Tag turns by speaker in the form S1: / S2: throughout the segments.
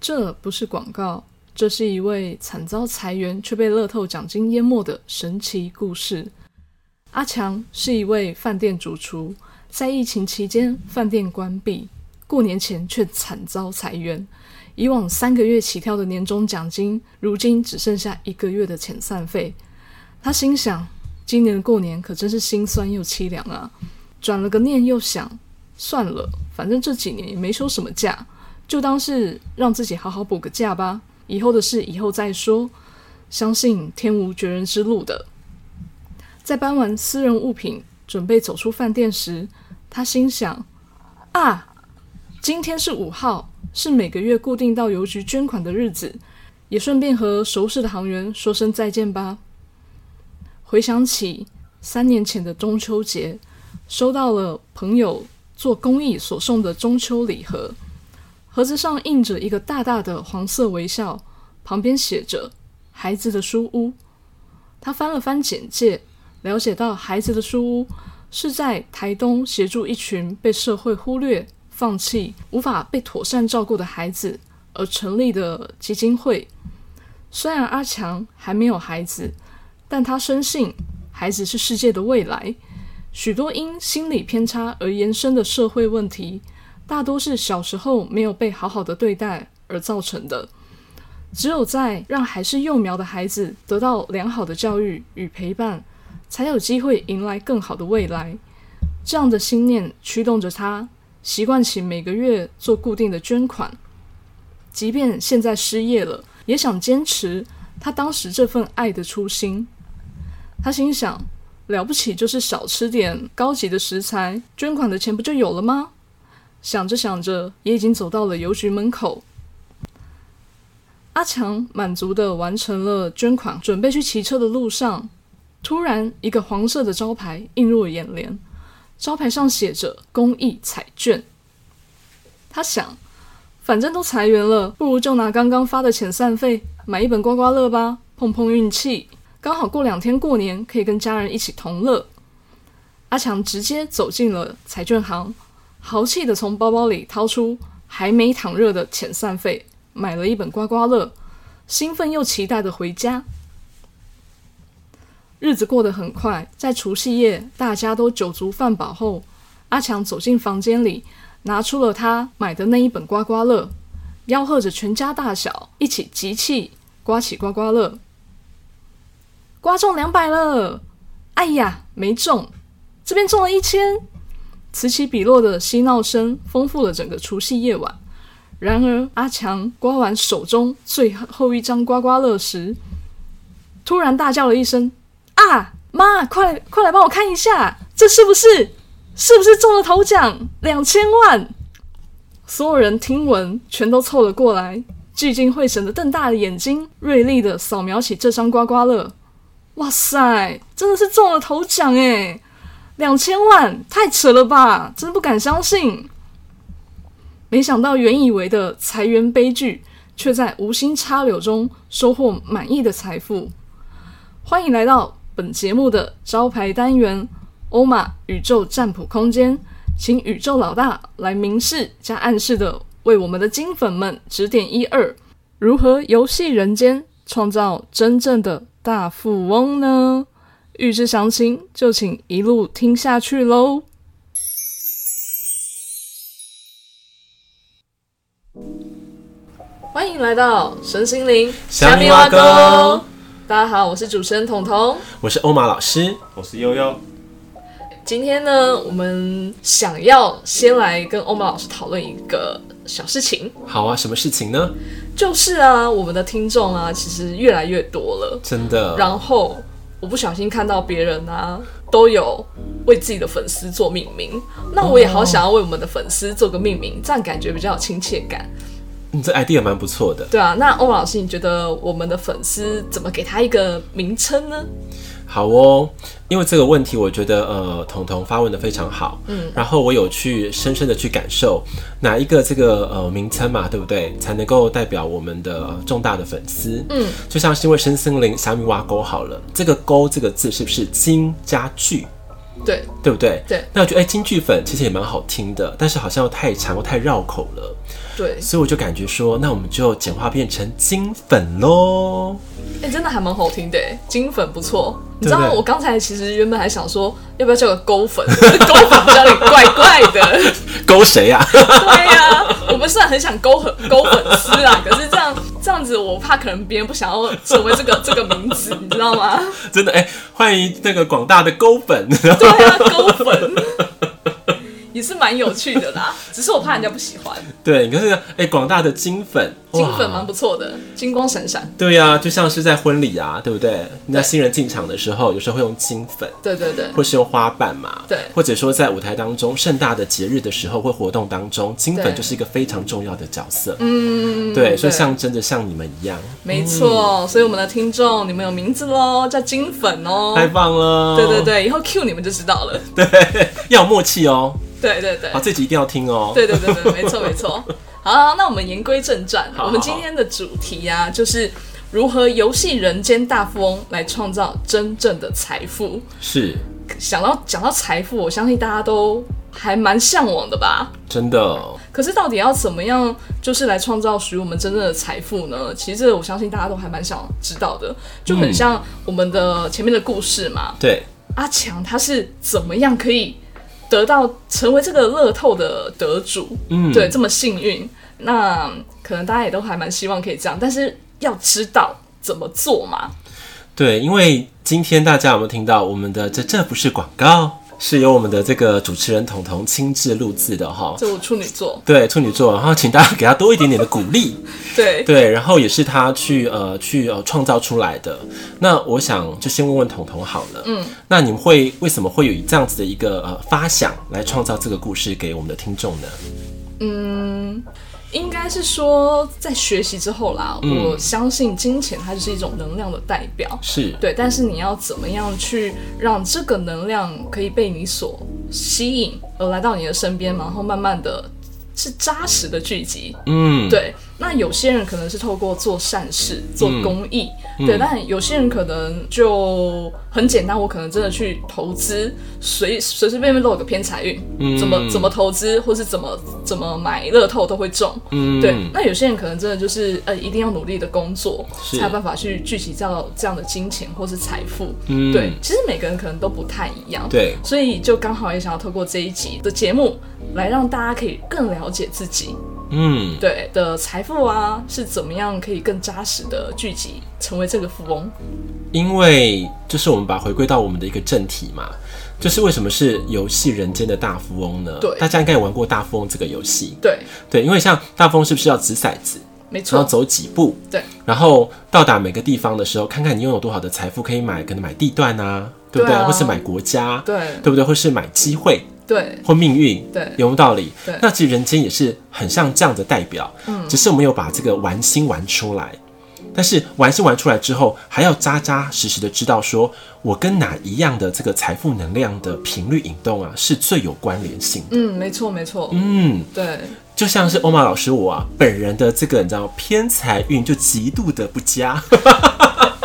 S1: 这不是广告，这是一位惨遭裁员却被乐透奖金淹没的神奇故事。阿强是一位饭店主厨，在疫情期间饭店关闭，过年前却惨遭裁员。以往三个月起跳的年终奖金，如今只剩下一个月的遣散费。他心想，今年的过年可真是心酸又凄凉啊！转了个念，又想，算了，反正这几年也没休什么假，就当是让自己好好补个假吧。以后的事以后再说，相信天无绝人之路的。在搬完私人物品，准备走出饭店时，他心想：啊，今天是五号，是每个月固定到邮局捐款的日子，也顺便和熟识的行员说声再见吧。回想起三年前的中秋节，收到了朋友做公益所送的中秋礼盒，盒子上印着一个大大的黄色微笑，旁边写着“孩子的书屋”。他翻了翻简介，了解到孩子的书屋是在台东协助一群被社会忽略、放弃、无法被妥善照顾的孩子而成立的基金会。虽然阿强还没有孩子，但他深信孩子是世界的未来。许多因心理偏差而延伸的社会问题，大多是小时候没有被好好的对待而造成的。只有在让还是幼苗的孩子得到良好的教育与陪伴，才有机会迎来更好的未来。这样的信念驱动着他习惯起每个月做固定的捐款，即便现在失业了，也想坚持他当时这份爱的初心。他心想：了不起就是少吃点高级的食材，捐款的钱不就有了吗？想着想着，也已经走到了邮局门口。阿强满足的完成了捐款，准备去骑车的路上，突然一个黄色的招牌映入眼帘，招牌上写着“公益彩券”。他想，反正都裁员了，不如就拿刚刚发的遣散费买一本刮刮乐吧，碰碰运气。刚好过两天过年，可以跟家人一起同乐。阿强直接走进了彩券行，豪气的从包包里掏出还没躺热的遣散费，买了一本刮刮乐，兴奋又期待的回家。日子过得很快，在除夕夜大家都酒足饭饱后，阿强走进房间里，拿出了他买的那一本刮刮乐，吆喝着全家大小一起集气刮起刮刮乐。刮中两百了，哎呀，没中，这边中了一千。此起彼落的嬉闹声丰富了整个除夕夜晚。然而，阿强刮完手中最后一张刮刮乐时，突然大叫了一声：“啊，妈，快快来帮我看一下，这是不是是不是中了头奖两千万？”所有人听闻，全都凑了过来，聚精会神的瞪大了眼睛，锐利的扫描起这张刮刮乐。哇塞，真的是中了头奖诶，两千万，太扯了吧！真不敢相信。没想到原以为的裁员悲剧，却在无心插柳中收获满意的财富。欢迎来到本节目的招牌单元——欧玛宇宙占卜空间，请宇宙老大来明示加暗示的为我们的金粉们指点一二，如何游戏人间，创造真正的。大富翁呢？预知详情就请一路听下去喽。欢迎来到神心灵
S2: 虾米蛙哥，
S1: 大家好，我是主持人彤彤。
S2: 我是欧玛老师。
S3: 我是悠悠，
S1: 今天呢，我们想要先来跟欧玛老师讨论一个小事情，
S2: 好啊，什么事情呢？
S1: 就是啊，我们的听众啊，其实越来越多了。
S2: 真的，
S1: 然后我不小心看到别人啊都有为自己的粉丝做命名，那我也好想要为我们的粉丝做个命名，这样感觉比较有亲切感，
S2: 你这 idea 蛮不错的。
S1: 对啊。那欧文老师，你觉得我们的粉丝怎么给他一个名称呢？
S2: 好哦，因为这个问题，我觉得呃，彤彤发问的非常好，嗯，然后我有去深深的去感受哪一个这个呃名称嘛，对不对？才能够代表我们的呃重大的粉丝，嗯，就像是因为深森林虾米挖沟好了，这个沟这个字是不是金加句？
S1: 对
S2: 对不对？
S1: 对
S2: 那我觉得哎，京剧粉其实也蛮好听的，但是好像太长或太绕口了，
S1: 对，
S2: 所以我就感觉说，那我们就简化变成金粉喽。
S1: 哎、真的还蛮好听的，哎，金粉不错。你
S2: 对
S1: 知
S2: 不对
S1: 道我刚才其实原本还想说，要不要叫个勾粉？ 勾粉比较有点怪怪的。
S2: 勾谁啊呀、
S1: 对呀、我们虽然很想勾粉勾粉丝啊，可是这样这样子，我怕可能别人不想要成为这个这个名字，你知道吗？
S2: 真的哎，欢迎那个广大的勾粉。
S1: 对啊，勾粉也是蛮有趣的啦，只是我怕人家不喜欢。
S2: 对，你看这个哎，广大的金粉，
S1: 金
S2: 哇
S1: 粉蛮不错的，金光闪闪。
S2: 对呀、就像是在婚礼啊，对不对？那
S1: 对
S2: 新人进场的时候，有时候会用金粉，
S1: 对对对，
S2: 或是用花瓣嘛，
S1: 对
S2: 或者说在舞台当中、盛大的节日的时候或活动当中，金粉
S1: 对
S2: 就是一个非常重要的角色，
S1: 嗯，
S2: 对，所以象征着像你们一样，
S1: 没错。所以我们的听众，你们有名字喽，叫金粉哦。
S2: 太棒了，
S1: 对对对，以后 Q 你们就知道了。
S2: 对，要有默契哦，
S1: 对对对
S2: 好，，这集一定要听哦，
S1: 对对对对，没错没错。好，那我们言归正传，
S2: 好好
S1: 我们今天的主题啊，就是如何游戏人间大富翁来创造真正的财富。
S2: 是
S1: 想到讲到财富，我相信大家都还蛮向往的吧？
S2: 真的，哦
S1: 可是到底要怎么样，就是来创造属于我们真正的财富呢？其实这个我相信大家都还蛮想知道的，就很像我们的前面的故事嘛。
S2: 对，
S1: 阿强他是怎么样可以得到成为这个乐透的得主？
S2: 嗯，
S1: 对，这么幸运，那可能大家也都还蛮希望可以这样，但是要知道怎么做嘛。
S2: 对，因为今天大家有没有听到我们的这这不是广告，是由我们的这个主持人彤彤亲自录制的哈、
S1: 这我处女座，
S2: 对处女座，然后请大家给他多一点点的鼓励，
S1: 对
S2: 对，然后也是他去呃去呃创造出来的。那我想就先问问彤彤好了，嗯，那你们会为什么会有这样子的一个呃发想来创造这个故事给我们的听众呢？
S1: 应该是说在学习之后啦，我相信金钱它就是一种能量的代表，
S2: 是，
S1: 对。但是你要怎么样去让这个能量可以被你所吸引而来到你的身边，然后慢慢的是扎实的聚集，
S2: 嗯，
S1: 对，那有些人可能是透过做善事、做
S2: 嗯
S1: 公益，对，但有些人可能就很简单，我可能真的去投资，随随随便便都有个偏财运，
S2: 嗯
S1: 怎么怎么投资，或是怎么怎么买乐透都会中。
S2: 嗯，
S1: 对，那有些人可能真的就是呃，一定要努力的工作，
S2: 是
S1: 才有办法去聚集到这样的金钱或是财富。
S2: 嗯
S1: 对，其实每个人可能都不太一样。
S2: 对
S1: 所以就刚好也想要透过这一集的节目，来让大家可以更了解自己，
S2: 嗯，
S1: 对的财富啊，是怎么样可以更扎实的聚集，成为这个富翁？
S2: 因为就是我们把回归到我们的一个正题嘛，就是为什么是游戏人间的大富翁呢？
S1: 对
S2: 大家应该也玩过大富翁这个游戏，
S1: 对，
S2: 对，因为像大富翁是不是要掷骰子，
S1: 没
S2: 然
S1: 错，
S2: 后走几步，
S1: 对，
S2: 然后到达每个地方的时候，看看你拥有多少的财富可以买，可能买地段啊，对不对？
S1: 对啊
S2: 或是买国家，
S1: 对，
S2: 对不对？或是买机会
S1: 对，
S2: 或命运，
S1: 对
S2: 有没有道理
S1: 对？
S2: 那其实人间也是很像这样的代表，嗯，只是我们有把这个玩心玩出来。但是玩心玩出来之后，还要扎扎实实的知道说，我跟哪一样的这个财富能量的频率引动啊，是最有关联性的。
S1: 嗯，没错，没错，
S2: 嗯，
S1: 对，
S2: 就像是欧玛老师我啊，本人的这个你知道偏财运就极度的不佳，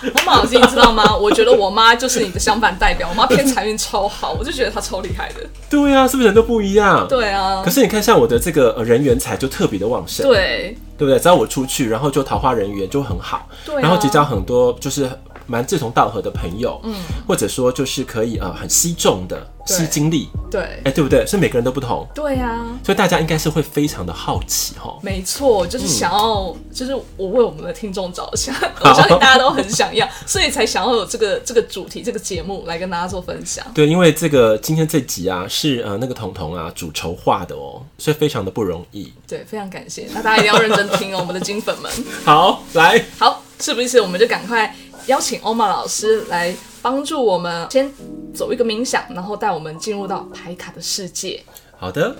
S1: 我妈老师，你知道吗？我觉得我妈就是你的相反代表，我妈偏财运超好，我就觉得她超厉害的。
S2: 对啊，是不是人都不一样？。
S1: 对啊
S2: 可，是你看，像我的这个呃人缘财就特别的旺盛，
S1: 对，
S2: 对不对？只要我出去，然后就桃花人缘就很好，
S1: 对啊
S2: 然后结交很多就是蛮志同道合的朋友，嗯，或者说就是可以呃很吸重的
S1: 对
S2: 吸精力，
S1: 对，
S2: 哎，对不对？所以每个人都不同，
S1: 对啊。
S2: 所以大家应该是会非常的好奇哦哈。
S1: 没错，就是想要，就是我为我们的听众着想，我相信大家都很想要，所以才想要有这个这个主题、这个节目来跟大家做分享。
S2: 对，因为这个今天这集啊是呃那个彤彤啊主筹划的哦，所以非常的不容易。
S1: 对，非常感谢，那大家一定要认真听哦，我们的金粉们。
S2: 好，来，
S1: 好，事不宜迟，我们就赶快邀请欧玛老师来帮助我们，先走一个冥想，然后带我们进入到牌卡的世界。
S2: 好的，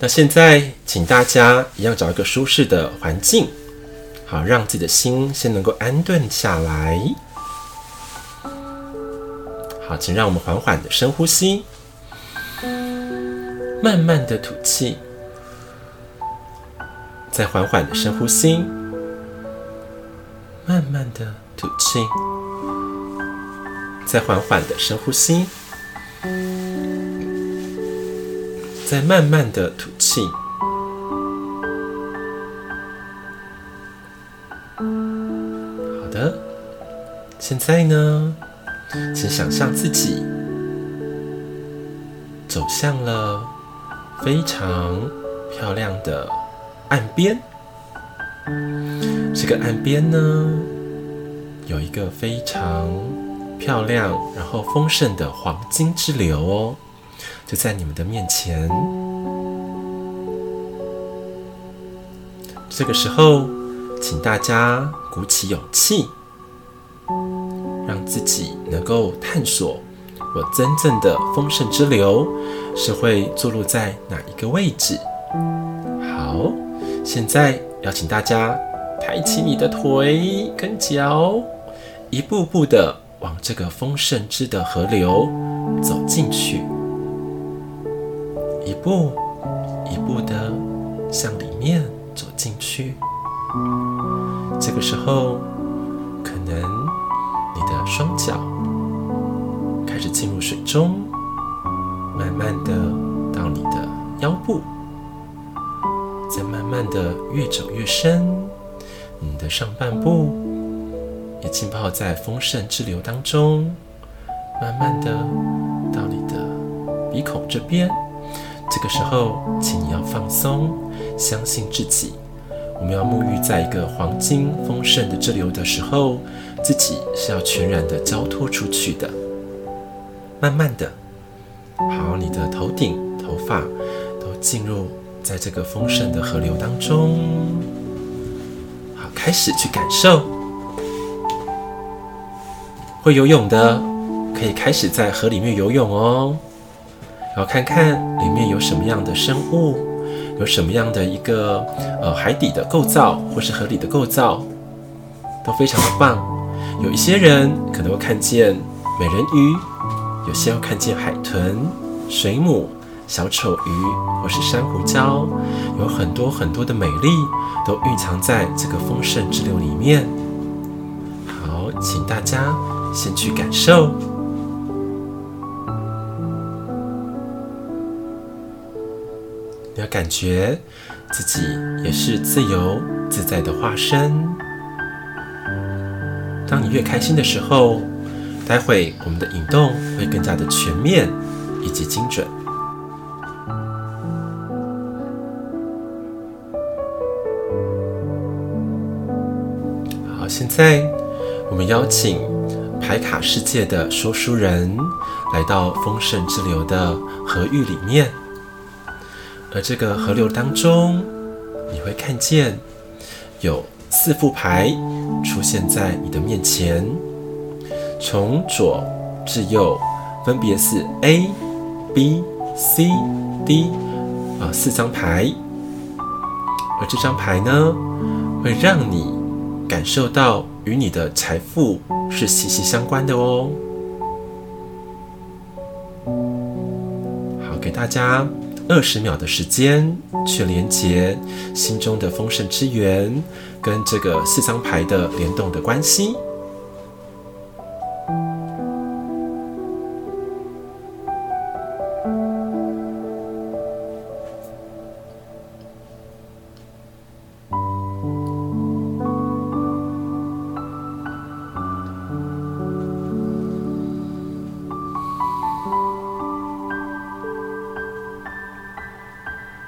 S2: 那现在请大家一样找一个舒适的环境，好让自己的心先能够安顿下来。好，请让我们缓缓的深呼吸，慢慢的吐气，再缓缓的深呼吸，慢慢的吐气。再缓缓的深呼吸，再慢慢的吐气。好的，现在呢，请想象自己走向了非常漂亮的岸边。这个岸边呢，有一个非常漂亮，然后丰盛的黄金之流哦，就在你们的面前。这个时候，请大家鼓起勇气，让自己能够探索我真正的丰盛之流是会坐落在哪一个位置。好，现在邀请大家抬起你的腿跟脚，一步步的往这个丰盛之的河流走进去，一步一步的向里面走进去。这个时候，可能你的双脚开始进入水中，慢慢的到你的腰部。再慢慢的越走越深，你的上半部也浸泡在丰盛之流当中，慢慢的到你的鼻孔这边。这个时候，请你要放松，相信自己。我们要沐浴在一个黄金丰盛的之流的时候，自己是要全然的交托出去的。慢慢的，好，你的头顶、头发都进入在这个丰盛的河流当中。好，开始去感受。会游泳的可以开始在河里面游泳哦，然后看看里面有什么样的生物，有什么样的一个呃海底的构造或是河里的构造，都非常的棒。有一些人可能会看见美人鱼，有些会看见海豚、水母、小丑鱼或是珊瑚礁，有很多很多的美丽都蕴藏在这个丰盛之流里面。好，请大家先去感受。你要感觉自己也是自由自在的化身。当你越开心的时候，待会我们的引动会更加的全面以及精准。好，现在我们邀请牌卡世界的说书人来到丰盛之流的河域里面，而这个河流当中，你会看见有四副牌出现在你的面前，从左至右分别是 A、B、C、D 啊、呃四张牌，而这张牌呢，会让你感受到与你的财富是息息相关的哦。好，给大家二十秒的时间去连接心中的丰盛之源跟这个四张牌的联动的关系。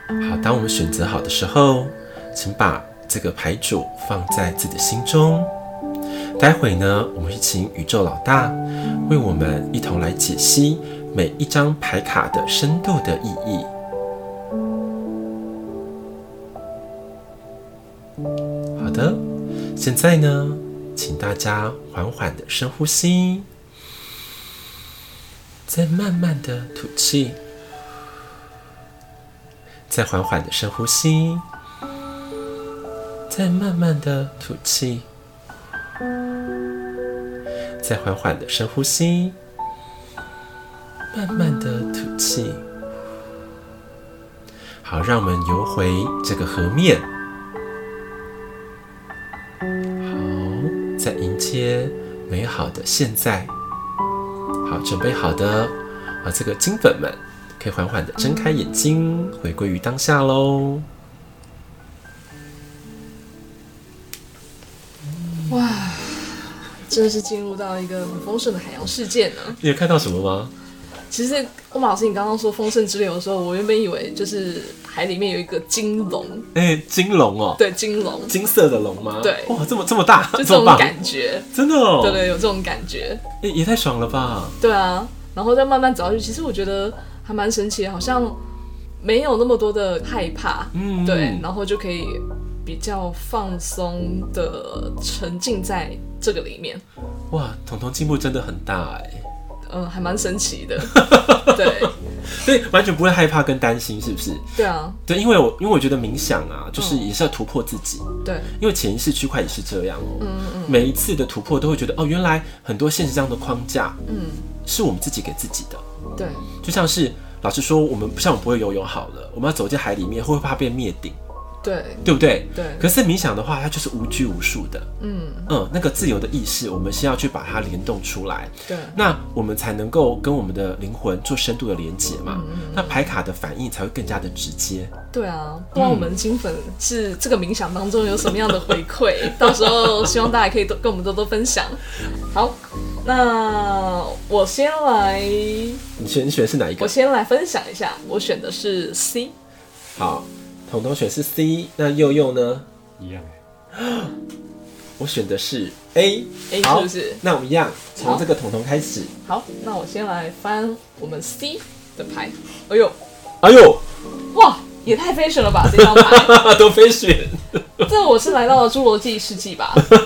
S2: 好，当我们选择好的时候，请把这个牌组放在自己的心中。待会呢，我们会请宇宙老大为我们一同来解析每一张牌卡的深度的意义。好的，现在呢，请大家缓缓的深呼吸，再慢慢的吐气。再缓缓的深呼吸，再慢慢的吐气，再缓缓的深呼吸，慢慢的吐气。好，让我们游回这个河面。好，再迎接美好的现在。好，准备好的啊，这个金粉们可以缓缓的睁开眼睛，回归于当下喽。
S1: 哇，真的是进入到一个很丰盛的海洋世界呢。
S2: 你有看到什么吗？
S1: 其实欧马老师，你刚刚说丰盛之流的时候，我原本以为就是海里面有一个金龙，
S2: 哎、金龙哦，
S1: 对，金龙，
S2: 金色的龙吗？
S1: 对
S2: 哇，这么这么大，
S1: 就这
S2: 这么
S1: 种
S2: 棒，
S1: 感觉，
S2: 真的哦，哎
S1: 对对，有这种感觉，
S2: 也也太爽了吧！
S1: 对啊。然后再慢慢找下去，其实我觉得还蛮神奇的，好像没有那么多的害怕，
S2: 嗯
S1: 对，然后就可以比较放松的沉浸在这个里面，
S2: 哇，彤彤进步真的很大哎，
S1: 嗯，还蛮神奇 的，对，
S2: 所以完全不会害怕跟担心，是不是？
S1: 对啊，
S2: 对，因为我因为我觉得冥想啊，就是也是要突破自己，
S1: 对，
S2: 因为潜意识区块也是这样哦、每一次的突破都会觉得哦，原来很多现实上的框架
S1: 嗯，
S2: 是我们自己给自己的，
S1: 对，
S2: 就像是老师说，我们不像我们不会游泳好了，我们要走进海里面会不会怕被灭顶，
S1: 对，
S2: 对不对？
S1: 对，
S2: 可是冥想的话，它就是无拘无束的，
S1: 嗯，
S2: 嗯，那个自由的意识，我们是要去把它联动出来，
S1: 对，
S2: 那我们才能够跟我们的灵魂做深度的连接嘛。
S1: 嗯
S2: 那牌卡的反应才会更加的直接。
S1: 对啊，不知道我们金粉是这个冥想当中有什么样的回馈，到时候希望大家可以多跟我们多多分享。好，那我先来，
S2: 你选你选的是哪一
S1: 我
S2: 个？
S1: 先来分享一下，我选的是 C，
S2: 好，彤彤选是 C，那佑佑呢？
S3: 一样。
S2: 我选的是 A。
S1: A
S2: 好
S1: 是不是
S2: 那我们一样，从
S1: 好
S2: 这个彤彤开始。
S1: 好，那我先来翻我们 C 的牌，哎呦，
S2: 哎呦，
S1: 哇，也太 fashion 了吧，这张牌。
S2: 都飞选
S1: 这我是来到了侏罗纪世纪吧，对，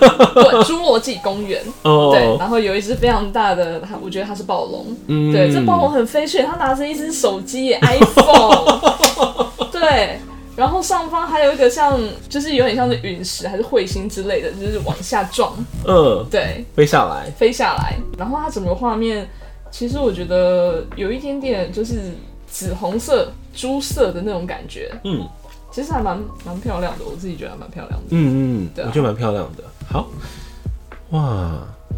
S1: 侏罗纪公园，对，
S2: 哦。
S1: 然后有一只非常大的，它我觉得它是暴龙，
S2: 嗯
S1: 对，这暴龙很飞炫，它拿着一只手机 耶 iPhone，对，然后上方还有一个像，就是有点像是陨石还是彗星之类的，就是往下撞，
S2: 嗯，
S1: 对，
S2: 飞下来。
S1: 飞下来，然后它整个画面，其实我觉得有一点点就是紫红色、朱色的那种感觉，
S2: 嗯
S1: 其实还蛮蛮漂亮的，我自己觉得还蛮漂亮的。
S2: 嗯嗯，
S1: 对啊
S2: 我觉得蛮漂亮的。好，哇，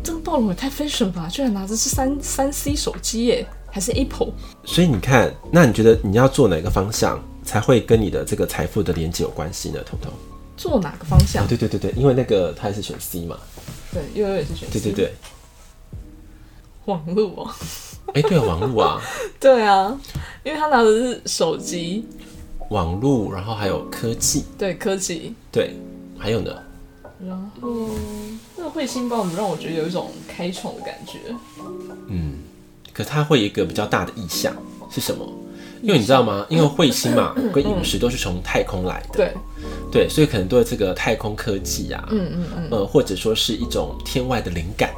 S1: 这个暴龙也太 fashion 了吧！居然拿着是三三 C 手机耶，还是 Apple？
S2: 所以你看，那你觉得你要做哪个方向才会跟你的这个财富的连接有关系呢？彤彤。
S1: 做哪个方向
S2: 啊，？对对对对，因为那个他也是选 C 嘛，
S1: 对，悠悠也是选 C
S2: 对对，对，
S1: 网络、哦。
S2: 哎、对啊，网络啊，
S1: 对啊，因为他拿的是手机，
S2: 网络，然后还有科技，
S1: 对科技，
S2: 对，还有呢，
S1: 然后哦那个彗星暴龙让我觉得有一种开创的感觉。
S2: 嗯，可它会有一个比较大的意向是什么？因为你知道吗？因为彗星嘛，跟陨石都是从太空来的，
S1: 对，
S2: 对，所以可能对这个太空科技啊，
S1: 嗯嗯嗯，
S2: 呃，或者说是一种天外的灵感，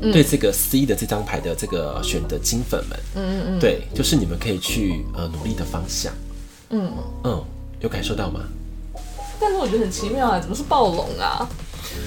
S2: 对这个 C 的这张牌的这个选的金粉们，嗯嗯嗯，对，就是你们可以去呃努力的方向，
S1: 嗯
S2: 嗯，有感受到吗？
S1: 但是我觉得很奇妙啊，怎么是暴龙啊？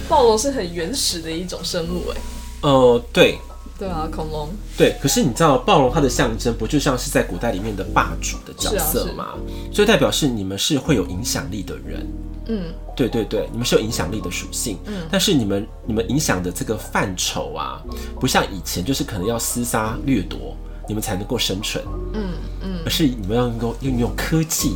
S1: 暴龙是很原始的一种生物哎。
S2: 呃，对，
S1: 对啊，恐龙。
S2: 对，可是你知道暴龙它的象征不就像是在古代里面的霸主的角色
S1: 啊
S2: 吗？所以代表是你们是会有影响力的人，
S1: 嗯，
S2: 对对对，你们是有影响力的属性，但是你们你们影响的这个范畴啊，不像以前就是可能要厮杀掠夺，你们才能够生存，嗯嗯，而是你们要能够运用科技，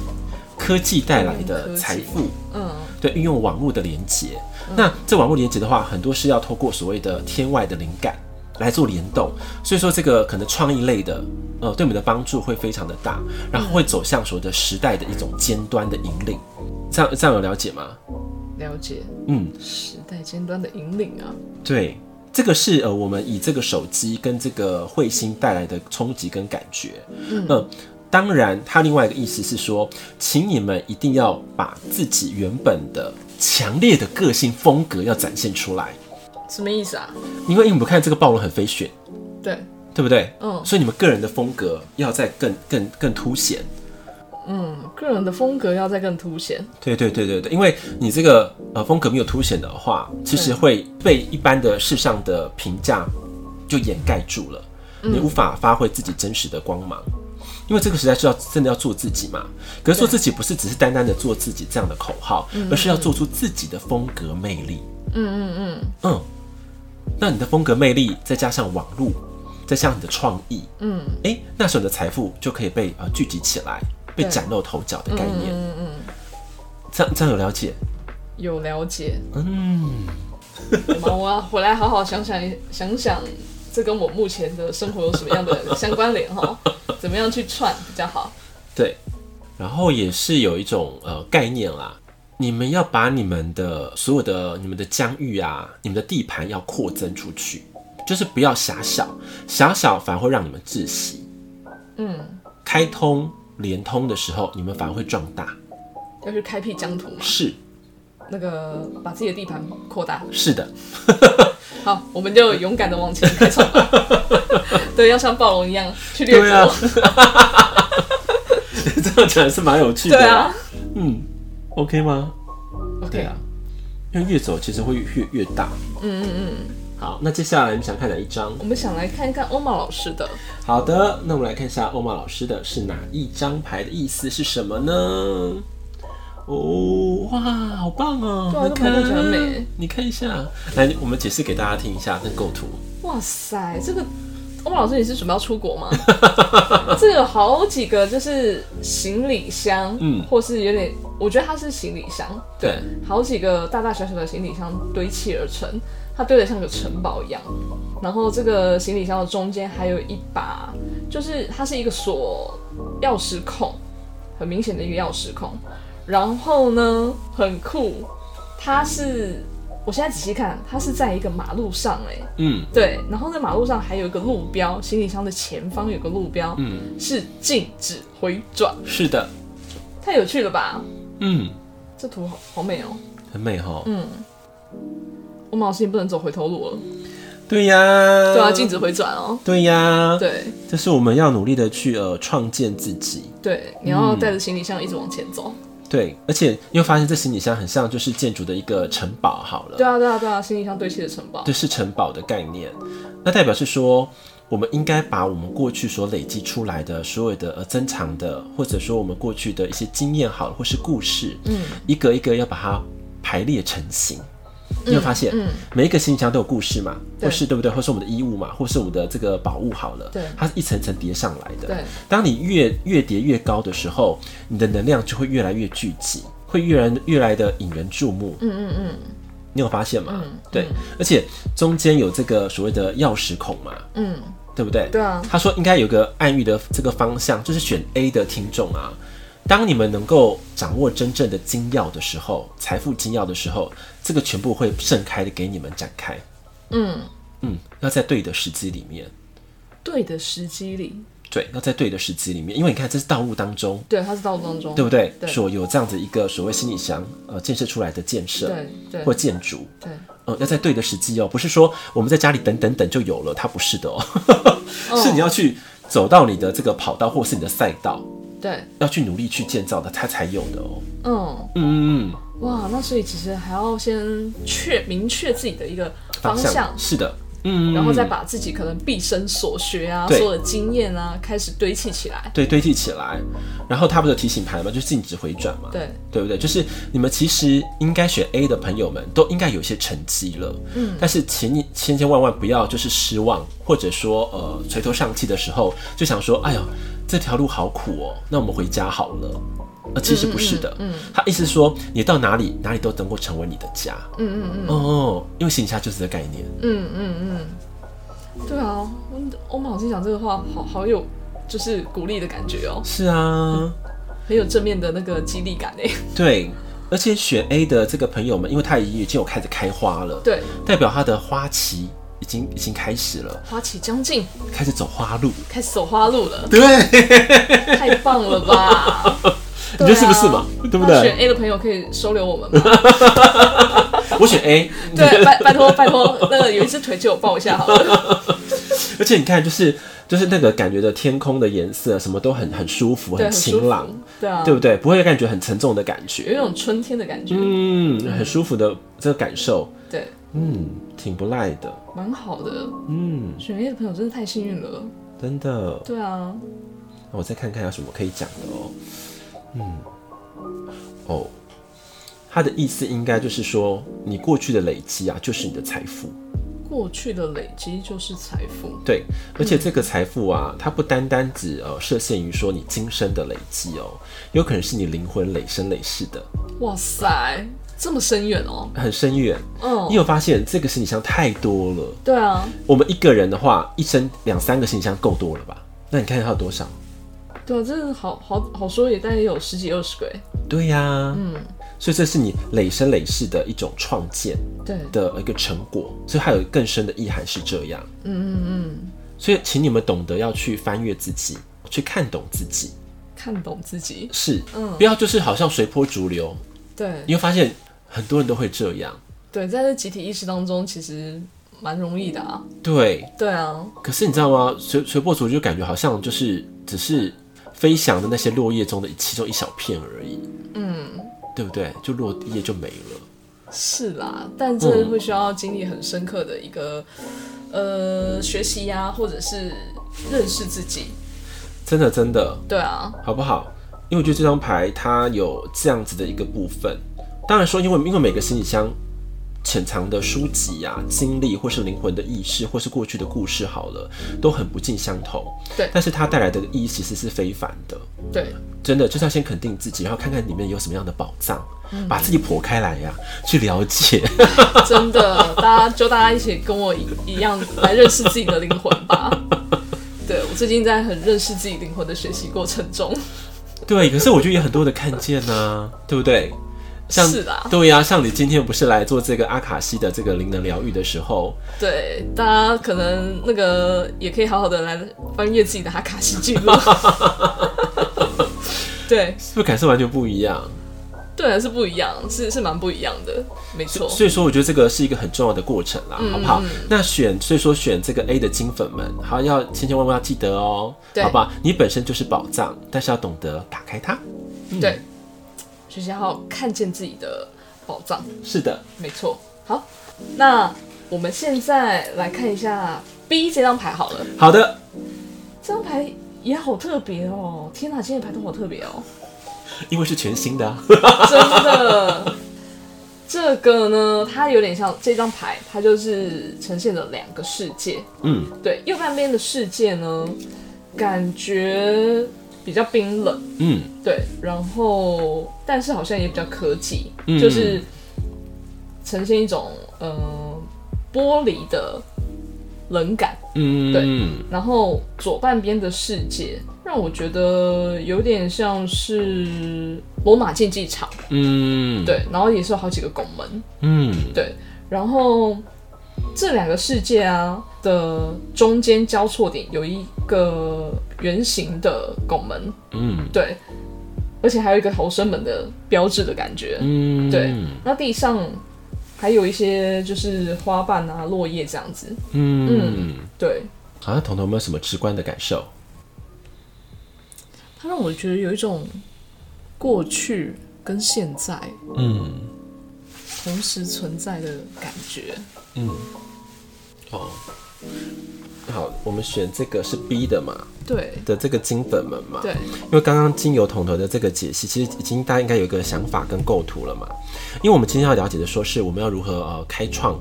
S2: 科技带来
S1: 运
S2: 的
S1: 用科技
S2: 财富，
S1: 嗯，
S2: 对，运用网络的连接。那这网络连接的话，很多是要透过所谓的天外的灵感来做联动，所以说这个可能创意类的，呃，对我们的帮助会非常的大，然后会走向所谓的时代的一种尖端的引领。这样这样有了解吗？
S1: 了解。
S2: 嗯，
S1: 时代尖端的引领啊。
S2: 对，这个是呃，我们以这个手机跟这个彗星带来的冲击跟感觉。嗯、当然，它另外一个意思是说，请你们一定要把自己原本的强烈的个性风格要展现出来，
S1: 什么意思啊？
S2: 因为因为我们看这个暴龙很飞旋，
S1: 对，
S2: 对不对？
S1: 嗯
S2: 所以你们个人的风格要再更更更凸显。
S1: 嗯个人的风格要再更凸显。
S2: 对对对对对，因为你这个呃风格没有凸显的话，其实会被一般的世上的评价就掩盖住了，
S1: 嗯
S2: 你无法发挥自己真实的光芒。因为这个时代是要真的要做自己嘛，可是做自己不是只是单单的做自己这样的口号，
S1: 嗯
S2: 而是要做出自己的风格魅力。嗯嗯嗯嗯，那你的风格魅力再加上网络，再再加上你的创意，嗯，哎、那时候你的财富就可以被呃聚集起来，被
S1: 对
S2: 崭露头角的概念。
S1: 嗯嗯，
S2: 这样这样有了解？
S1: 有了解。
S2: 嗯，
S1: 好我要啊回来好好想想想想，这跟我目前的生活有什么样的相关联哈？怎么样去串比较好？
S2: 对。然后也是有一种呃概念啦，你们要把你们的所有的你们的疆域啊，你们的地盘要扩增出去，就是不要狭小，狭小反而会让你们窒息。
S1: 嗯，
S2: 开通连通的时候，你们反而会壮大。
S1: 要去开辟疆土嘛，
S2: 是
S1: 那个把自己的地盘扩大。
S2: 是的，
S1: 好，我们就勇敢的往前开 创吧。对，要像暴龙一样去掠
S2: 对啊
S1: 夺。，
S2: 这样讲也是蛮有趣的。
S1: 对啊，
S2: 嗯，OK 吗？对
S1: ，OK
S2: 啊，因为越走其实会越越大。嗯嗯嗯。好，那接下来你想看哪一张？
S1: 我们想来看一看欧玛老师的，
S2: 好的，那我们来看一下欧玛老师的是哪一张牌的意思是什么呢？哦，哇，好棒哦！
S1: 对啊
S2: 你
S1: 这牌
S2: 看
S1: 就觉得美
S2: 你看一下，来，我们解释给大家听一下那个构图。
S1: 哇塞，这个欧玛老师你是准备要出 国吗？这有好几个就是行李箱，
S2: 嗯
S1: 或是有点，我觉得它是行李箱，
S2: 对，
S1: 好几个大大小小的行李箱堆砌而成，它堆得像个城堡一样。然后这个行李箱的中间还有一把，就是它是一个锁钥匙孔，很明显的一个钥匙孔。然后呢，很酷，它是我现在仔细看，它是在一个马路上哎、
S2: 嗯
S1: 对，然后在马路上还有一个路标，行李箱的前方有个路标，
S2: 嗯，
S1: 是禁止回转，
S2: 是的，
S1: 太有趣了吧？
S2: 嗯，
S1: 这图好好美哦、
S2: 很美哈。
S1: 嗯，我们老师你不能走回头路了，
S2: 对呀，
S1: 对啊，禁止回转哦。
S2: 对呀，
S1: 对
S2: 这是我们要努力的去呃创建自己。
S1: 对，你要带着行李箱一直往前走。
S2: 对，而且你会发现这行李箱很像就是建筑的一个城堡好了，
S1: 对啊对啊对啊，行李箱堆砌的城堡。
S2: 这是城堡的概念。那代表是说，我们应该把我们过去所累积出来的所有的呃珍藏的，或者说我们过去的一些经验好了，或是故事，嗯，一个一个要把它排列成型。你有发现，
S1: 嗯
S2: 每一个行李箱都有故事嘛，
S1: 对
S2: 或是对不对？或是我们的衣物嘛，或是我们的这个宝物好了，
S1: 对
S2: 它是一层层叠上来的。
S1: 对，
S2: 当你越越叠越高的时候，你的能量就会越来越聚集，会越来越来的引人注目。
S1: 嗯嗯嗯，
S2: 你有发现吗？
S1: 嗯
S2: 对，而且中间有这个所谓的钥匙孔嘛，
S1: 嗯，
S2: 对不对？
S1: 对啊
S2: 他说应该有个暗喻的这个方向，就是选 A 的听众啊。当你们能够掌握真正的金钥的时候，财富金钥的时候，这个全部会盛开的给你们展开。
S1: 嗯，
S2: 嗯，要在对的时机里面，
S1: 对的时机里，
S2: 对，要在对的时机里面，因为你看这是道路当中，
S1: 对，它是道路当中。
S2: 对不对？
S1: 对
S2: 所有这样子一个所谓心理箱呃建设出来的建设，
S1: 对对
S2: 或建筑，
S1: 对
S2: 呃，要在对的时机哦，不是说我们在家里等等等就有了，它不是的哦， 是你要去走到你的这个跑道或是你的赛道，
S1: 对，
S2: 要去努力去建造的，它才有的哦。
S1: 嗯，
S2: 嗯嗯嗯，
S1: 哇，那所以其实还要先确明确自己的一个方向。
S2: 是的，嗯，嗯
S1: 然后再
S2: 嗯
S1: 把自己可能毕生所学啊，
S2: 对
S1: 所有的经验啊，开始堆砌起来。
S2: 对堆砌起来，然后它不是有提醒牌吗？就是禁止回转嘛，
S1: 对，
S2: 对不对？就是你们其实应该选 A 的朋友们都应该有一些成绩了，嗯，但是请你千千万万不要就是失望，或者说呃垂头丧气的时候就想说，哎呦这条路好苦哦，那我们回家好了。呃，其实不是的，嗯，他意思是说你到哪里哪里都能够成为你的家，嗯嗯嗯，哦，因为行侠就是这个概念，
S1: 嗯嗯嗯，对啊，嗯欧曼老师讲这个话，好好有就是鼓励的感觉哦，
S2: 是啊，
S1: 很有正面的那个激励感诶。
S2: 对，而且选 A 的这个朋友们，因为他已经有开始开花了，
S1: 对，
S2: 代表他的花期已经已经开始了，
S1: 花期将近，
S2: 开始走花 路。
S1: 开始走花路了，
S2: 对，
S1: 太棒了吧？
S2: 你说是不是嘛？对不
S1: 那选
S2: 对？
S1: A 的朋友可以收留我们 吗？
S2: 我选 A，
S1: 对，拜拜托拜托，那个有一只腿借我抱一下好 了。
S2: 而且你看，就是就是那个感觉的天空的颜色，什么都很很舒服，
S1: 对，很舒
S2: 晴
S1: 服
S2: 朗，，
S1: 对啊，
S2: 对不对？不会感觉很沉重的感
S1: 有一
S2: 觉，
S1: 种春天的感觉，
S2: 嗯，很舒服的这个感受，
S1: 对，
S2: 嗯，挺不赖的，
S1: 蛮好的。
S2: 嗯，
S1: 选 A 的朋友真的太幸运了，
S2: 真的。
S1: 对啊，
S2: 那我再看看有什么可以讲的哦。嗯，哦，他的意思应该就是说，你过去的累积啊，就是你的财富。
S1: 过去的累积就是财富。
S2: 对，
S1: 嗯
S2: 而且这个财富啊，它不单单只呃设限于说你今生的累积哦，有可能是你灵魂累生累世的，
S1: 哇塞，这么深远哦。
S2: 很深远。你
S1: 嗯，
S2: 有发现这个行李箱太多了？
S1: 对啊，
S2: 我们一个人的话，一生两三个行李箱够多了吧？那你看它有多少？
S1: 对啊，这好好好说也大概有十几二十个哎。
S2: 对呀、嗯，所以这是你累生累世的一种创建
S1: 对，
S2: 的一个成果，所以还有更深的意涵是这样。
S1: 嗯嗯嗯，
S2: 所以，请你们懂得要去翻阅自己，去看懂自己，
S1: 看懂自己。
S2: 是，
S1: 嗯
S2: 不要就是好像随波逐流。
S1: 对
S2: 你会发现很多人都会这样，
S1: 对，在这集体意识当中，其实蛮容易的啊。
S2: 嗯对。
S1: 对啊，
S2: 可是你知道吗？随随波逐流，就感觉好像就是只是飞翔的那些落叶中的其中一小片而已，
S1: 嗯，
S2: 对不对？就落叶就没了。
S1: 是啦，但这会需要经历很深刻的一个、呃学习呀、或者是认识自己。
S2: 真的，真的，
S1: 对啊，
S2: 好不好？因为我觉得这张牌它有这样子的一个部分。当然说，因为因为每个行李箱潜藏的书籍啊、经历，或是灵魂的意识，或是过去的故事，好了，都很不尽相同。
S1: 对
S2: 但是它带来的意义其实是非凡的。
S1: 对，
S2: 真的就是要先肯定自己，然后看看里面有什么样的宝藏，
S1: 嗯
S2: 把自己剖开来呀、去了解。
S1: 真的，大家就大家一起跟我一一样来认识自己的灵魂吧。对我最近在很认识自己灵魂的学习过程中，
S2: 对，可是我觉得有很多的看见呐、对不对？像
S1: 是啦
S2: 对呀、像你今天不是来做这个阿卡西的这个灵能疗愈的时候，
S1: 对大家可能那个也可以好好的来翻阅自己的哈卡西记录。对
S2: 是不是感受完全不一样？
S1: 对，啊是不一样，是是蛮不一样的，没错。嗯
S2: 所以说，我觉得这个是一个很重要的过程啦，好不好？那选，所以说选这个 A 的金粉们，好要千千万万要记得哦，
S1: 对
S2: 好不好？你本身就是宝藏，但是要懂得打开它。
S1: 对，就是要看见自己的宝藏，
S2: 是的，
S1: 没错。好，那我们现在来看一下 B 这张牌好了。
S2: 好的，
S1: 这张牌也好特别哦！天哪，今天的牌都好特别哦，
S2: 因为是全新的、啊，
S1: 真的。这个呢，它有点像这张牌，它就是呈现了两个世界。
S2: 嗯，
S1: 对，右半边的世界呢，感觉比较冰冷，
S2: 嗯，
S1: 对，然后但是好像也比较科技，
S2: 嗯
S1: 就是呈现一种呃玻璃的冷感。
S2: 嗯，
S1: 对然后左半边的世界让我觉得有点像是罗马竞技场，
S2: 嗯，，
S1: 对，然后也是有好几个拱门，
S2: 嗯，
S1: 对，然后这两个世界啊的中间交错点有一个圆形的拱门，
S2: 嗯，
S1: 对，而且还有一个逃生门的标志的感觉，
S2: 嗯，
S1: 对，那地上还有一些就是花瓣啊、落叶这样子，
S2: 嗯，
S1: 对，
S2: 好像彤彤有没有什么直观的感受？
S1: 它让我觉得有一种过去跟现在
S2: 嗯
S1: 同时存在的感觉。
S2: 嗯，哦，好，我们选这个是 B 的嘛
S1: 对
S2: 的这个金粉们嘛，
S1: 对，
S2: 因为刚刚经由统头的这个解析，其实已经大家应该有一个想法跟构图了嘛。因为我们今天要了解的，说是我们要如何呃开创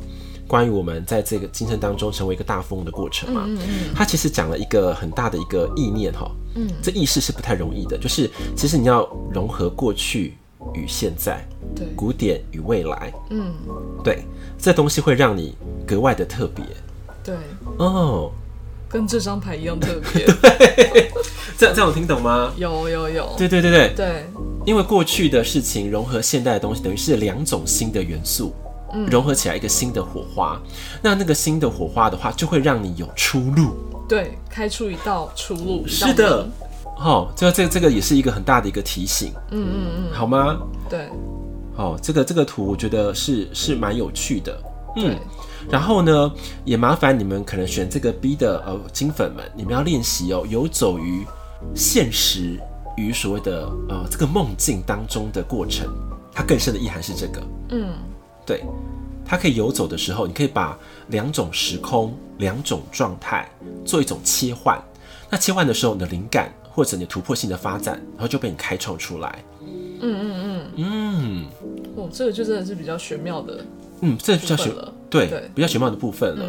S2: 关于我们在这个精神当中成为一个大富翁的过程
S1: 嗯
S2: 嘛。它其实讲了一个很大的一个意念哈，嗯，这意识是不太容易的，就是其实你要融合过去与现在，
S1: 对
S2: 古典与未来，
S1: 嗯，
S2: 对，这东西会让你格外的特别
S1: 对，
S2: 哦。
S1: 跟这张牌一样特 别。
S2: 这这样我听懂吗？
S1: 有有有，
S2: 对对对对，
S1: 对
S2: 因为过去的事情融合现代的东西，等于是两种新的元素。融合起来一个新的火花，那那个新的火花的话，就会让你有出路。
S1: 对，开出一道出路。一道
S2: 是的
S1: 门，
S2: 哦，这这这个也是一个很大的一个提醒，
S1: 嗯嗯
S2: 好吗？
S1: 嗯，对
S2: 哦，这个这个图我觉得是是蛮有趣的，嗯
S1: 对。
S2: 然后呢，也麻烦你们可能选这个 B 的呃金粉们，你们要练习哦，游走于现实与所谓的呃这个梦境当中的过程，它更深的意涵是这个。
S1: 嗯，
S2: 对，它可以游走的时候，你可以把两种时空、两种状态做一种切换。那切换的时候，你的灵感或者你的突破性的发展，然后就被你开创出来。嗯嗯嗯嗯
S1: 哦，这个就真的是比较玄妙的
S2: 嗯，这
S1: 部
S2: 就叫
S1: 分
S2: 学
S1: 了。
S2: 对
S1: 对嗯
S2: 比较玄妙的部分了，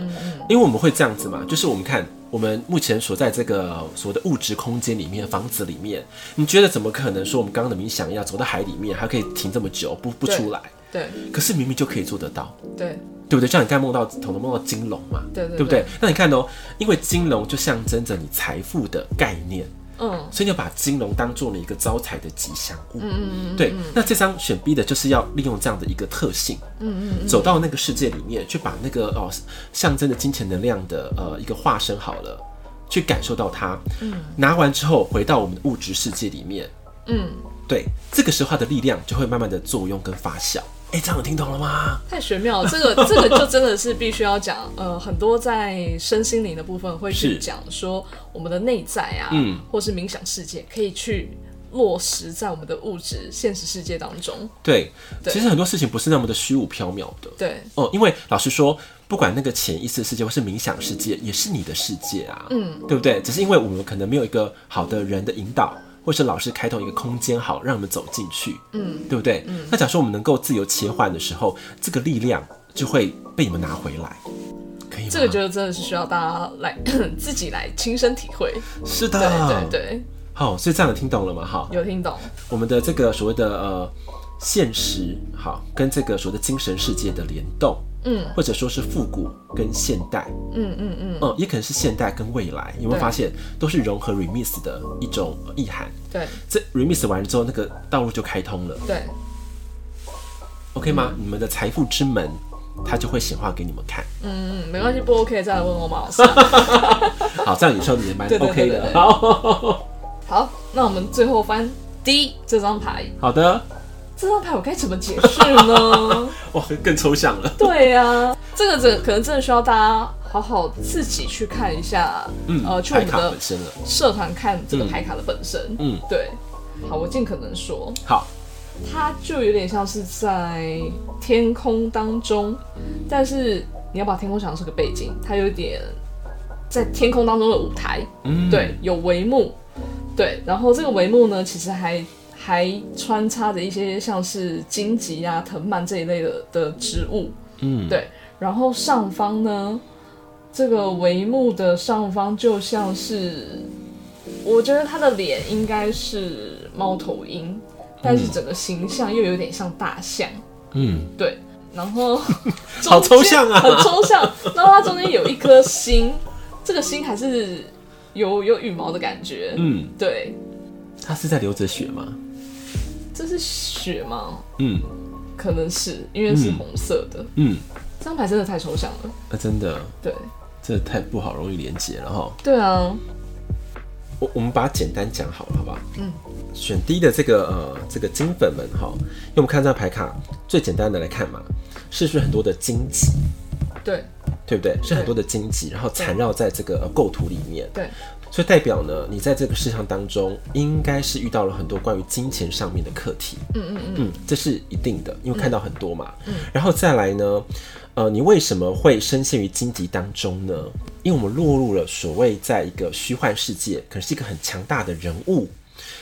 S2: 因为我们会这样子嘛，就是我们看我们目前所在这个所谓的物质空间里面，房子里面，你觉得怎么可能说我们刚刚的冥想一样走到海里面还可以停这么久不不
S1: 对
S2: 出来？
S1: 对
S2: 可是明明就可以做得到，
S1: 对
S2: 对不对？像你刚才梦到彤彤梦到金龙嘛，
S1: 对对
S2: 不对？那你看哦，因为金龙就象征着你财富的概念，
S1: 嗯
S2: 所以你要把金龙当做了一个招财的吉祥物。
S1: 嗯
S2: 对。那这张选 B 的就是要利用这样的一个特性，嗯嗯，走到那个世界里面去，把那个哦象征着金钱能量的呃一个化身好了，去感受到它。嗯，拿完之后回到我们的物质世界里面，
S1: 嗯，
S2: 对，这个时候它的力量就会慢慢的作用跟发酵。哎，这样有听懂了吗？
S1: 太玄妙了，这 个这个就真的是必须要讲，呃，很多在身心灵的部分会去
S2: 是
S1: 讲说我们的内在啊，
S2: 嗯
S1: 或是冥想世界可以去落实在我们的物质现实世界当中，
S2: 对，
S1: 对
S2: 其实很多事情不是那么的虚无缥缈的。
S1: 对
S2: 哦，因为老实说，不管那个潜意识世界或是冥想世界，也是你的世界啊，嗯，对不对？只是因为我们可能没有一个好的人的引导，或是老师开通一个空间好，让我们走进去，嗯，对不对？那假设我们能够自由切换的时候，这个力量就会被你们拿回来，可以吗？
S1: 这个觉得真的是需要大家来 自己来亲身体会，
S2: 是的，
S1: 对对对，
S2: 好、所以这样你听懂了吗？好，
S1: 有听懂，
S2: 我们的这个所谓的呃现实好，跟这个所谓的精神世界的联动，
S1: 嗯，
S2: 或者说是复古跟现代，
S1: 嗯嗯嗯，
S2: 嗯，也可能是现代跟未来，有没有
S1: 对
S2: 发现都是融合 remix 的一种呃意涵？
S1: 对
S2: 这 remix 完了之后，那个道路就开通了
S1: 对，
S2: ，OK 吗？你们的财富之门，它就会显化给你们 看。
S1: 嗯，没关系，不 OK 再来问我马老 师。
S2: 好，这样也说你们蛮
S1: 对对
S2: OK
S1: 对对
S2: 的。
S1: 对
S2: 好
S1: 好，那我们最后翻 D 这张牌，
S2: 好的，
S1: 这张牌我该怎么解释呢？
S2: 哇，更抽象 了。
S1: 对呀、这个这可能真的需要大家好好自己去看一下，
S2: 嗯，
S1: 呃，去我
S2: 牌
S1: 们
S2: 卡
S1: 的
S2: 本身了。
S1: 社团看这个牌卡的本身，
S2: 嗯，
S1: 对。好，我尽可能说，
S2: 好，
S1: 它就有点像是在天空当中，但是你要把天空想成是个背景，它有点在天空当中的舞台，
S2: 嗯，
S1: 对，，有帷幕，对，然后这个帷幕呢，其实还还穿插着一些像是荆棘啊、藤蔓这一类的的植物，
S2: 嗯，
S1: 对，然后上方呢，这个帷幕的上方就像是，我觉得它的脸应该是猫头鹰，但是整个形象又有点像大象，
S2: 嗯，
S1: 对，然 后
S2: 好
S1: 中
S2: 抽
S1: 间
S2: 象啊
S1: 很抽象。然后它中间有一颗星，这个星还是有有羽毛的感觉。
S2: 嗯，
S1: 对，
S2: 它是在流着血吗？
S1: 这是雪吗？
S2: 嗯
S1: 可能是因为是红色的。
S2: 嗯，
S1: 这张牌真的太抽象了。
S2: 那真的，
S1: 对，
S2: 这太不好容易连接了哈。
S1: 对啊，
S2: 我我们把它简单讲好了，好不好？
S1: 嗯，
S2: 选 D 的这个呃这个金粉们哈，因为我们看这张牌卡，最简单的来看嘛，是不是很多的荆棘，
S1: 对
S2: 对不对？是很多的荆棘，然后缠绕在这个呃构图里面，
S1: 对
S2: 所以代表呢，你在这个市场当中，应该是遇到了很多关于金钱上面的课题，嗯嗯嗯这是一定的，因为看到很多嘛，嗯，然后再来呢，呃，你为什么会深陷于荆棘当中呢？因为我们落入了所谓在一个虚幻世界，可能是一个很强大的人物，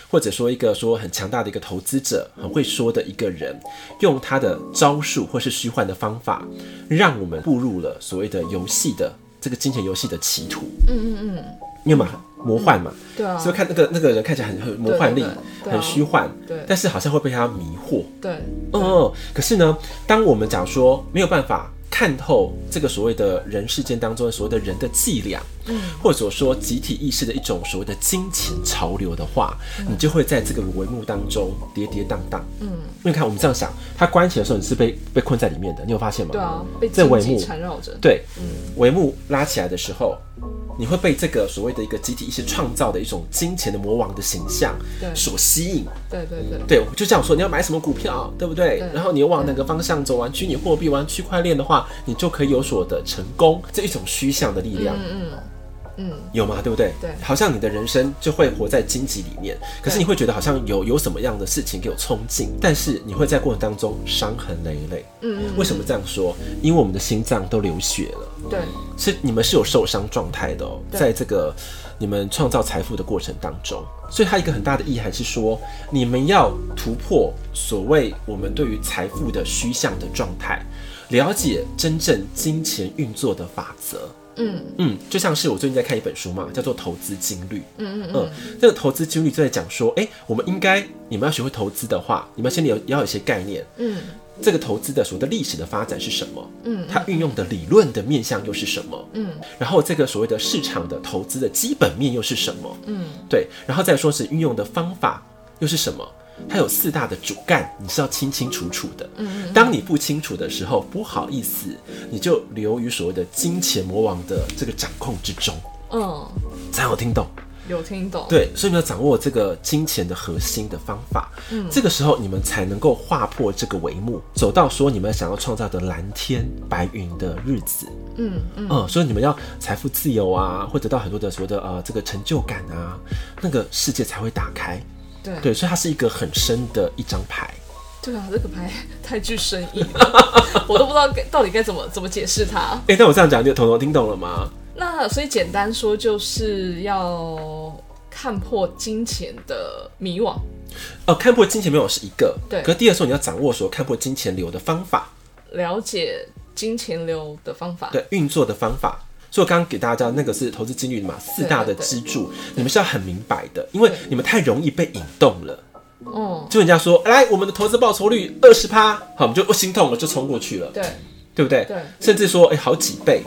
S2: 或者说一个说很强大的一个投资者，很会说的一个人，用他的招数或是虚幻的方法，让我们步入了所谓的游戏的这个金钱游戏的歧途。嗯嗯嗯，因为嘛，魔幻嘛，
S1: 对啊
S2: 所以看那个那个人看起来很很魔幻力，
S1: 对对对对啊
S2: 很虚幻，
S1: 对
S2: 但是好像会被他迷惑。
S1: 对
S2: 嗯，可是呢，当我们讲说没有办法看透这个所谓的人世间当中所谓的人的伎俩，嗯，或者说集体意识的一种所谓的金钱潮流的话，
S1: 嗯
S2: 你就会在这个帷幕当中跌跌宕宕。嗯，因为你看我们这样想，它关起来的时候你是被被困在里面的，你有发现吗？
S1: 对啊，被
S2: 这
S1: 荆
S2: 帷
S1: 棘
S2: 幕
S1: 缠绕着。
S2: 对，帷幕拉起来的时候，你会被这个所谓的一个集体意识创造的一种金钱的魔王的形象
S1: 对
S2: 所吸引，
S1: 对对对
S2: 对，就这样说，你要买什么股票，对不对？
S1: 对
S2: 然后你往哪个方向走，玩虚拟货币，玩区块链的话，你就可以有所的成功，这一种虚像的力量。
S1: 嗯
S2: 有吗？对不对？
S1: 对
S2: 好像你的人生就会活在荆棘里面，可是
S1: 对
S2: 你会觉得好像有有什么样的事情给我冲劲，但是你会在过程当中伤痕累累。
S1: 嗯
S2: 为什么这样说？因为我们的心脏都流血了，
S1: 对
S2: 是你们是有受伤状态的哦，
S1: 对
S2: 在这个你们创造财富的过程当中，所以它一个很大的意涵是说，你们要突破所谓我们对于财富的虚像的状态，了解真正金钱运作的法则。
S1: 嗯
S2: 嗯，就像是我最近在看一本书嘛，叫做《投资金律》。
S1: 嗯嗯嗯，
S2: 嗯，这个投资金律就在讲说，哎、我们应该，你们要学会投资的话，你们先有要有一些概念，
S1: 嗯
S2: 这个投资的所谓的历史的发展是什么？
S1: 嗯，
S2: 它运用的理论的面向又是什么？
S1: 嗯，
S2: 然后这个所谓的市场的投资的基本面又是什么？
S1: 嗯，
S2: 对，然后再说是运用的方法又是什么？它有四大的主干，你是要清清楚楚的。嗯，当你不清楚的时候，不好意思，你就流于所谓的金钱魔王的这个掌控之中。
S1: 嗯，
S2: 才有听懂。
S1: 有听懂。
S2: 对，所以你要掌握这个金钱的核心的方法，嗯，这个时候你们才能够划破这个帷幕，走到说你们想要创造的蓝天白云的日子，
S1: 嗯嗯
S2: 嗯，所以你们要财富自由啊，会得到很多的所谓的呃这个成就感啊，那个世界才会打开，
S1: 对
S2: 对，所以它是一个很深的一张牌，
S1: 对啊，这个牌 太具深意了， 我都不知道该到底该怎么怎么解释它。
S2: 哎、那我这样讲，你有彤彤听懂了吗？
S1: 那所以简单说，就是要看破金钱的迷惘。
S2: 哦，看破金钱没有是一个，
S1: 对
S2: 可是第二个时候你要掌握所看破金钱流的方法，
S1: 了解金钱流的方法。，
S2: 对运作的方法。所以我刚刚给大家那个是投资金律嘛，四大的支柱，你们是要很明白的，因为
S1: 对
S2: 你们太容易被引动了。
S1: 嗯，
S2: 就人家说，哎来，我们的投资报酬率二十趴，好，我们就我哦心痛了，就冲过去了，
S1: 对，
S2: 对不对？
S1: 对
S2: 甚至说，哎、好几倍，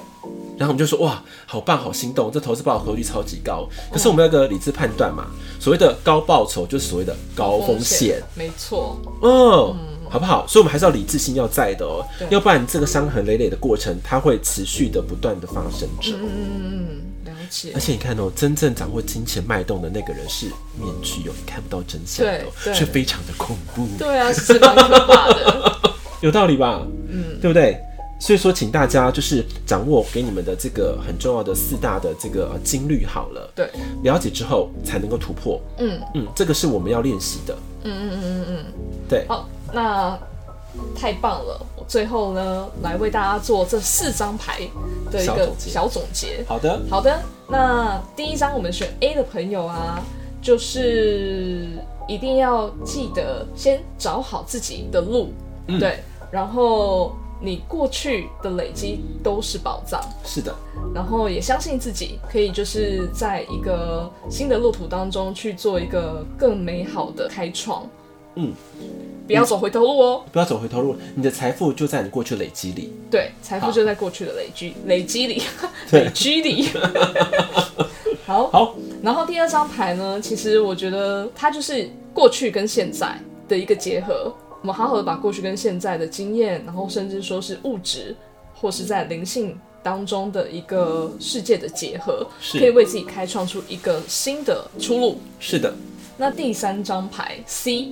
S2: 然后我们就说，哇，好棒，好心动，这投资报酬率超级高。可是我们要有个理智判断嘛，所谓的高报酬就是所谓的高风险，
S1: 没错。
S2: 哦，好不好？所以，我们还是要理智性要在的哦
S1: 嗯对，
S2: 要不然这个伤痕累累的过程，它会持续的不断的发生着。
S1: 嗯嗯嗯，了解
S2: 而。且你看哦，真正掌握金钱脉动的那个人是面具哦，你看不到真相的、哦，
S1: 对对
S2: 是非常的恐怖，
S1: 对啊，是蛮可怕的。
S2: 有道理吧？
S1: 嗯，
S2: 对不对？所以说，请大家就是掌握给你们的这个很重要的四大的这个呃金律好了，
S1: 对，
S2: 了解之后才能够突破。
S1: 嗯
S2: 嗯，这个是我们要练习的。
S1: 嗯嗯嗯嗯嗯。
S2: 对，
S1: 好，那太棒了！我最后呢，来为大家做这四张牌的一个小
S2: 小
S1: 总结。
S2: 好的，
S1: 好的，那第一张我们选 A 的朋友啊，就是一定要记得先找好自己的路，
S2: 嗯
S1: 对，然后你过去的累积都是宝藏，
S2: 是的，
S1: 然后也相信自己可以就是在一个新的路途当中去做一个更美好的开创，
S2: 嗯，
S1: 不要走回头路哦，
S2: 不要走回头路，你的财富就在你过去累积里。
S1: 对，财富
S2: 好
S1: 就在过去的累积累积 里，
S2: 对
S1: 累积里。 好，
S2: 好，
S1: 然后第二张牌呢，其实我觉得它就是过去跟现在的一个结合。我们好好的把过去跟现在的经验，然后甚至说是物质或是在灵性当中的一个世界的结合，
S2: 是
S1: 可以为自己开创出一个新的出路。
S2: 是的，
S1: 那第三张牌 C，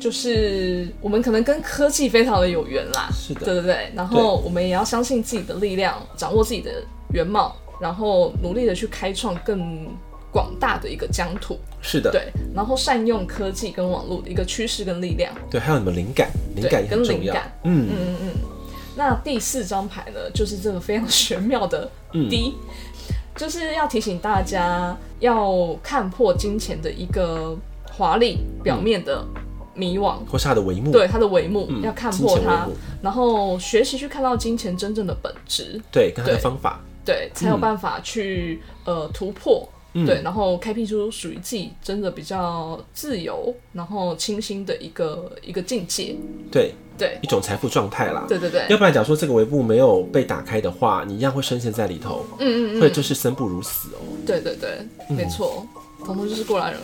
S1: 就是我们可能跟科技非常的有缘啦，
S2: 是的
S1: 对对对。然后我们也要相信自己的力量，掌握自己的原貌，然后努力的去开创更广大的一个疆土，
S2: 是的，
S1: 对。然后善用科技跟网络的一个趋势跟力量，
S2: 对，还有你们灵感，灵感也很
S1: 跟
S2: 重
S1: 灵
S2: 要
S1: 感。
S2: 嗯，
S1: 那第四张牌呢，就是这个非常玄妙的
S2: 嗯
S1: D，、就是要提醒大家要看破金钱的一个华丽表面的迷惘，
S2: 或是它的帷幕。
S1: 对它的帷幕、
S2: 嗯
S1: 要看破
S2: 金钱帷
S1: 它
S2: 幕，
S1: 然后学习去看到金钱真正的本质，
S2: 对，跟它的
S1: 对
S2: 方法。
S1: 对，才有办法去、呃突破。对，然后开辟出属于自己真的比较自由，然后清新的一个一个境界。
S2: 对，
S1: 对，
S2: 一种财富状态啦。
S1: 对对对，
S2: 要不然讲说这个帷幕没有被打开的话，你一样会深陷在里头，
S1: 嗯嗯
S2: 会
S1: 嗯，
S2: 就是生不如死哦。
S1: 对对对，没错，彤彤就是过来人，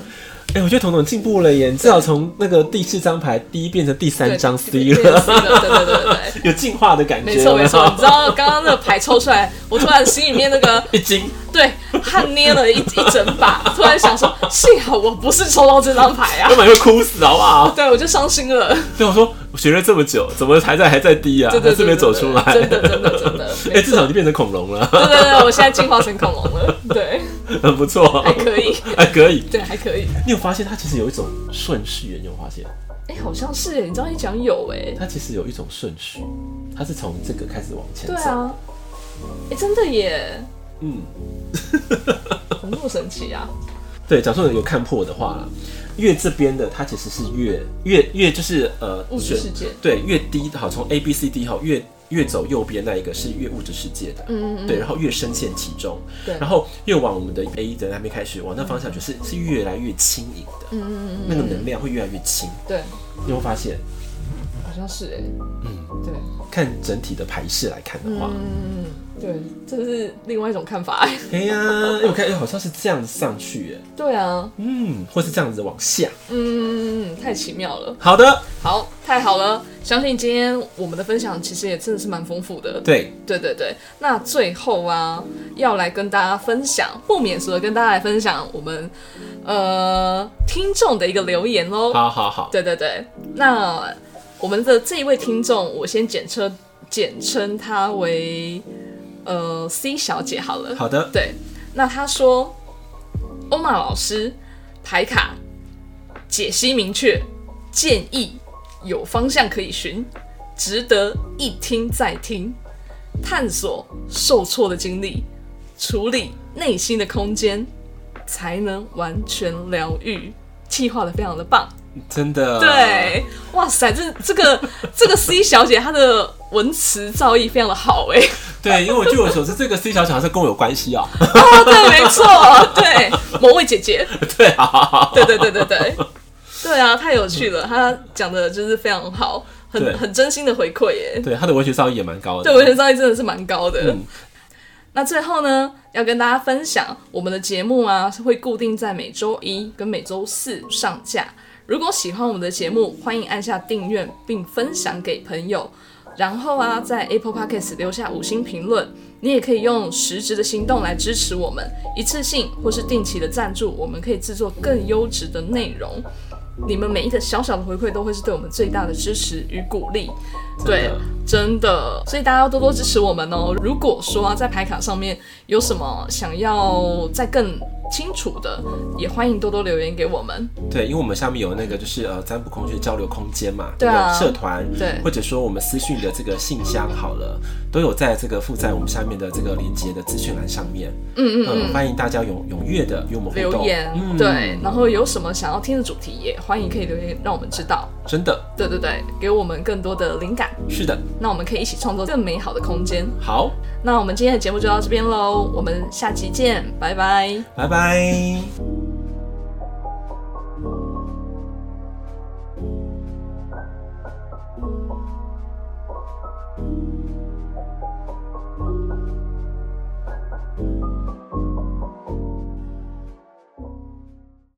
S2: 哎、我觉得彤彤进步了耶，你至少从那个第四张牌第一变成第三
S1: 对，
S2: 张 C
S1: 对对
S2: 了，
S1: 对对对对对。
S2: 有进化的感觉。
S1: 没错
S2: 有
S1: 没
S2: 有
S1: 错，你知道刚刚那个牌抽出来，我突然心里面那个
S2: 一惊，
S1: 对汗捏了一一整把，突然想说，幸好我不是抽到这张牌啊
S2: 根，本会哭死好不好？
S1: 对我就伤心了，
S2: 对我说，我学了这么久，怎么还在还在低啊？
S1: 对对
S2: 还是
S1: 对，
S2: 没
S1: 对
S2: 走出来。
S1: 对对真的真的真的，
S2: 哎、
S1: 没
S2: 至少你变成恐龙了，
S1: 对对对，我现在进化成恐龙了，对，
S2: 很不错，
S1: 还可以，
S2: 还可以。
S1: 对还可以，
S2: 你有发现它其实有一种顺序耶？你有发现
S1: 哎，好像是耶，你这样一讲有哎，
S2: 它其实有一种顺序，它是从这个开始往前走。
S1: 对啊，哎真的耶，
S2: 嗯，
S1: 怎么那么神奇啊？
S2: 对，假如说有看破的话啦，越这边的它其实是越越越就是呃
S1: 物质世界
S2: 对，越低好，从 A B C D 好，越越走右边那一个是越物质世界的，
S1: 嗯嗯
S2: 对，然后越深陷其中，
S1: 对
S2: 然后越往我们的 A 的那边开始往那方向，就是是越来越轻盈的，
S1: 嗯嗯嗯，
S2: 那个能量会越来越轻，
S1: 对，
S2: 你会发现，
S1: 好像是哎、
S2: 嗯，
S1: 对，
S2: 看整体的排势来看的话，
S1: 嗯，对，这是另外一种看法、欸。
S2: 哎呀，哎我看哎好像是这样子上去，哎，
S1: 对啊，
S2: 嗯，或是这样子往下，
S1: 嗯，太奇妙了。
S2: 好的，
S1: 好，太好了，相信今天我们的分享其实也真的是蛮丰富的。
S2: 对，
S1: 对对对，那最后啊，要来跟大家分享，不免俗的跟大家来分享我们呃听众的一个留言喽。
S2: 好好好，
S1: 对对对，那我们的这一位听众，我先简称简称她为呃 C 小姐好了。
S2: 好的，
S1: 对，那她说，欧玛老师牌卡解析明确，建议有方向可以寻，值得一听再听，探索受挫的经历，处理内心的空间，才能完全疗愈。计划的非常的棒，
S2: 真的，，
S1: 对，哇塞，这这个这个 C 小姐她的文词造诣非常的好哎，
S2: 对，因为我据我所知，这个 C 小姐好像跟我有关系啊，
S1: 哦对，没错，对，某位姐姐，
S2: 对啊，
S1: 对对对对对，对啊，太有趣了，她讲的就是非常好，
S2: 对
S1: 很很真心的回馈耶，
S2: 对，她的文学造诣也蛮高的，
S1: 对，文学造诣真的是蛮高的
S2: 嗯。
S1: 那最后呢，要跟大家分享我们的节目啊，是会固定在每周一跟每周四上架。如果喜欢我们的节目，欢迎按下订阅并分享给朋友。然后啊，在 Apple Podcast 留下五星评论，你也可以用实质的行动来支持我们，一次性或是定期的赞助，我们可以制作更优质的内容。你们每一个小小的回馈都会是对我们最大的支持与鼓励。对，真的，所以大家要多多支持我们哦。如果说、啊、在牌卡上面有什么想要再更清楚的，也欢迎多多留言给我们。
S2: 对，因为我们下面有那个就是呃占卜空穴交流空间嘛，
S1: 对啊
S2: 有社团，
S1: 对
S2: 或者说我们私讯的这个信箱好了，都有在这个附在我们下面的这个连接的资讯栏上面，
S1: 嗯嗯
S2: 嗯，欢迎大家踊踊跃的与我们互动，
S1: 留言、
S2: 嗯，
S1: 对，然后有什么想要听的主题，也欢迎可以留言让我们知道。
S2: 真的
S1: 对对对，给我们更多的灵感，
S2: 是的，
S1: 那我们可以一起创作更美好的空间。
S2: 好，
S1: 那我们今天的节目就到这边喽，我们下期见，拜拜。
S2: 拜拜。